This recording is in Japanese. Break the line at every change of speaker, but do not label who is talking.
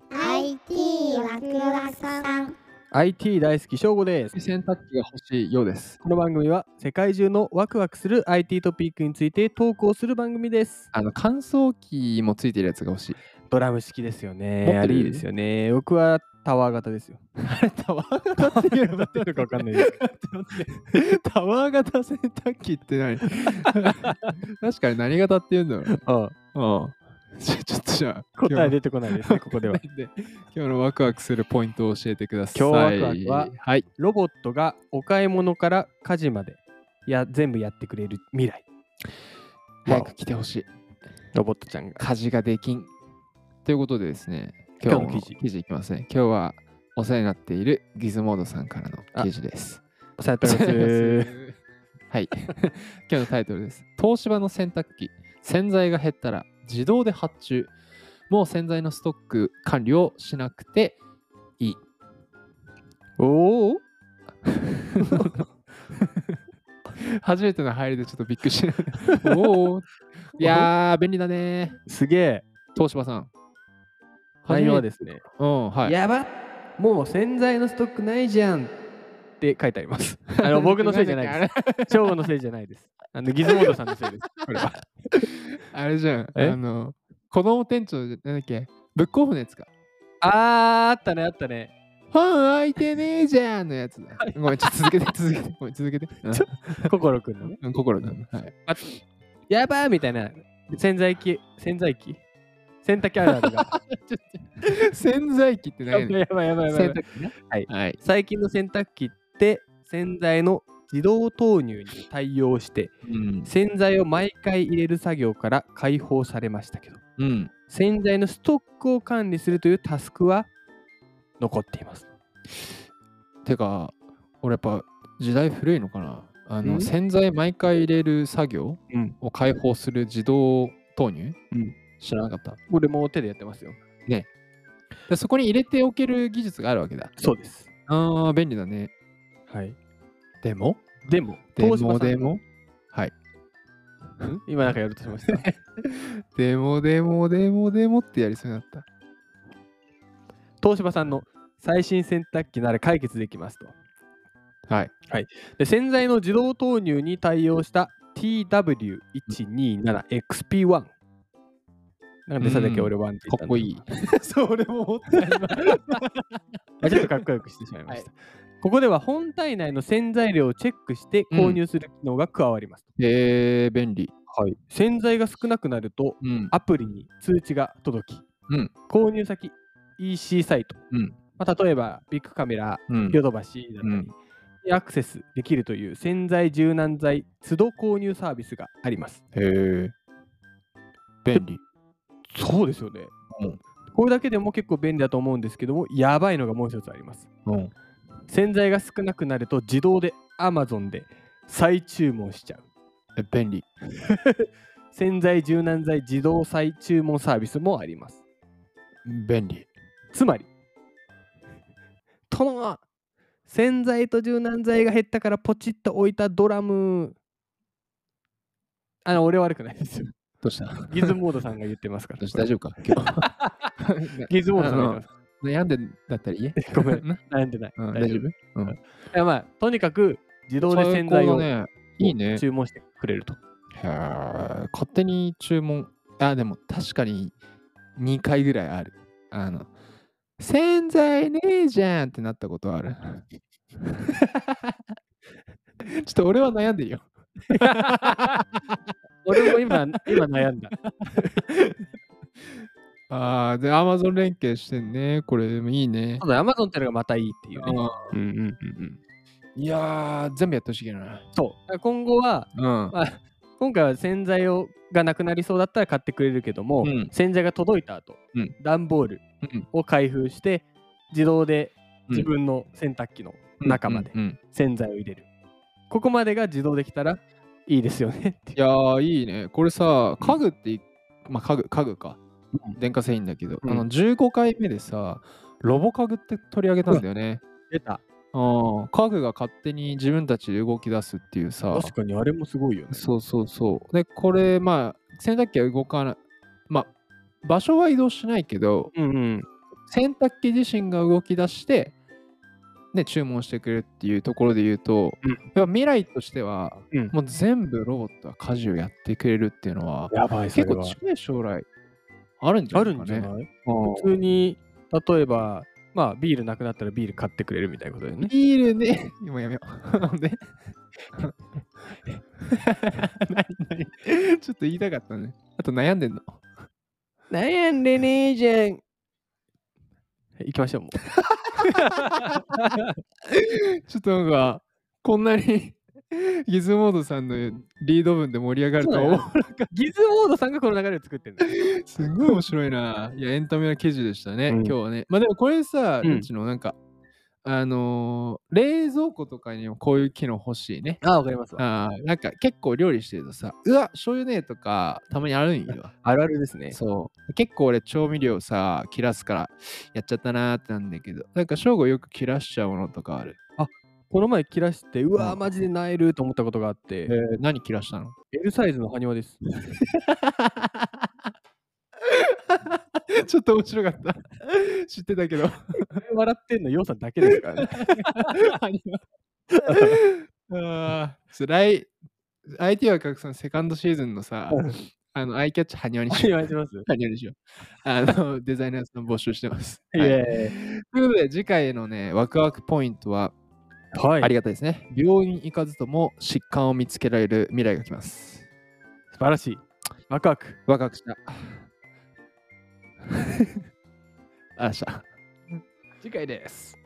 IT ワクワクさん
IT 大好き翔吾です
洗濯機が欲しいようです。
この番組は世界中のワクワクする IT トピックについてトークをする番組です
あの乾燥機もついてるやつが欲しい。
ドラム式ですよね
持ってる
あれいいですよね僕はタワー型ですよあれタワー型っていうのがってるのかわかんないですけど
タワー型洗濯機って何 確かに何型って言うんだろうね。
ああ
うん。 ちょちょっとじゃあ、
答え
で
出てこないですねここでは
今日のワクワクするポイントを教えてください。
今日ワクワク
はい。
ロボットがお買い物から家事までや全部やってくれる未来
早く来てほしい。
ロボットちゃんが
家事ができん。ということでですね、
今日
今日
の
の
記
記
事
事いきますね。今日はお世話になっているギズモードさんからの記事です。
お世話にな っております
はい。今日のタイトルです。東芝の洗濯機、洗剤が減ったら自動で発注。もう洗剤のストック管理をしなくていい。
おお
初めての入りでちょっとびっくりした。おお。い やー、便利だね。
すげえ
東芝さん。。
内容はですすね
うん、はい。
やばもう洗剤のストックないじゃんって書いてあります。 あの僕のせいじゃない です。省吾のせいじゃないです。あのギズモードさんのせい です。これは。
あれじゃん。
え
あの、子供店長じゃ、なんだっけ、ブックオフのやつか。
あーあったねあったね。
本開いてねえじゃんのやつだ。ごめん、ちょっと続けて、続けて、ごめん、続け て。うん
心くんのね。
うん、心だ、ね。 はい。
やばーみたいな洗剤機洗剤機洗濯機あるある が。
洗剤機って何やねん
やばいやばいやばいやばい
洗濯機ね。
はい
はい。
最近の洗濯機って洗剤の自動投入に対応して
うん。
洗剤を毎回入れる作業から解放されましたけど
うん。
洗剤のストックを管理するというタスクは残っています。
てか、俺やっぱ時代古いのかな。あ
ん
の洗剤毎回入れる作業
うん
を解放する自動投入、
うん
知らなかった。
俺も手でやってますよ。
でそこに入れておける技術があるわけだ。
そうです。
ああ、便利だね。
はい。
でも
でも、
で
東芝さ
も
ん
でも
ん今なんかやるとしま した。
でもでもでもでもってやりそうになった。
東芝さんの最新洗濯機なら解決できますと。
はい。
で洗剤の自動投入に対応した TW127XP1。なんでさっき俺ワンって
か
言ったんだ
っこいい。 それも思った今。
あ ちょっとかっこよくしてしまいました。ここでは本体内の洗剤量をチェックして購入する機能が加わります。
えー、便利。
はい、洗剤が少なくなると
うん。
アプリに通知が届き、
うん
購入先 EC サイト、
うん
まあ、例えばビッグカメラ
うん
ヨドバシだったり、
うん
にアクセスできるという洗剤柔軟剤都度購入サービスがあります
へえ。便利。
そうですよね、
うん
これだけでも結構便利だと思うんですけどもやばいのがもう一つあります
うん。
洗剤が少なくなると自動で Amazon で再注文しちゃう
え便利。
洗剤柔軟剤自動再注文サービスもあります
便利。
つまり 殿洗剤と柔軟剤が減ったからポチッと置いたドラムあの俺悪くないです よ
どうした
ギズモードさんが言ってますから
私大丈夫 か今日
ギズモードさんが言ってま
悩んでんだったら言え。
ごめん
な。
す悩んでない、
うん
大
大
丈
丈
夫い
夫うん
やまあとにかく自動で洗剤
最
を
高だね。いいね。
注文してくれると
へー勝手に注文。あ、でも確かに2回ぐらいある。あの、洗剤ねえじゃんってなったことある。 ちょっと俺は悩んでるよ。
俺も 今今悩んだ
ああ、で、アマゾン連携してんね。これでもいいね。
ただ Amazon ってのがまたいいっていうねうんうんうんうん
いやー、全部やってほしいけどな。
そうだから今後は
うん。
まあ、今回は洗剤をがなくなりそうだったら買ってくれるけども、
うん
洗剤が届いた後、
うん
段ボール
うん
を開封して自動で
うん
自分の洗濯機の中まで
うんうん
洗剤を入れる、ここまでが自動できたらいいですよねっていう
いやー、いいね。これさ、家具ってい、まあ、家具、家具か
う。
電化製品だけど、
うん
あの15回目でさ、ロボ家具って取り上げたんだよね。
出た
うん、家具が勝手に自分たちで動き出すっていうさ、
確かにあれもすごいよね
そうそうそう。で、これ、まあ、洗濯機は動かない、まあ、場所は移動しないけど、
うんうん
洗濯機自身が動き出して、ね、注文してくれるっていうところで言うと、
うん
やっぱ未来としては、
うん
もう全部ロボットが家事をやってくれるっていうのは、
やばい、
結構近い将来あるんじゃ
あ
な
る
い
ん
か
じゃ
ね
な。い
うん
普通に、例えば、まあ、ビールなくなったらビール買ってくれるみたいなことだよね。
ビールね、 もうやめよう。 ね。何何ちょっと言いたかったね。あと悩んでんの。
悩んでねえじゃん。行きましょう、もう。
ちょっとなんか、こんなに ギズモードさんのリード文で盛り上がると
そうだよ
は、
ギズモードさんがこの流れを作ってるんだよ。
すごい面白いな。いや、エンタメな記事でしたね、
うん
今日はね。まあでもこれさ、
う
うんちのなんか、あのー冷蔵庫とかにもこういう機能欲しいね。
あ、わかります。
あーなんか結構料理してるとさ、うわ、醤油ねえとか、たまにあるんよ。
あるあるですね。
そう。結構俺調味料さ、切らすから、やっちゃったなーってなんだけど、なんか翔吾よく切らしちゃうものとかある。
この前切らして、うわ
う
ー、
ん
マジでなえると思ったことがあって、
えー何切らした の
L サイズの埴輪です。
ちょっと面白かった。知ってたけど。
笑ってんの、よさだけです からね。
あーつらい。IT は拡散セカンドシーズンのさ
うん、
あの、アイキャッチ、ハニワにし
お
よう。
願いします。
ハニワにしよう。あの、デザイナーさん募集してます。はい
い、
ということで、次回のね、ワクワクポイントは、
はい、
ありがたいですね。病院行かずとも疾患を見つけられる未来が来ます。
素晴らしい。ワクワク。
ワクワクした。 あらした。
次回です。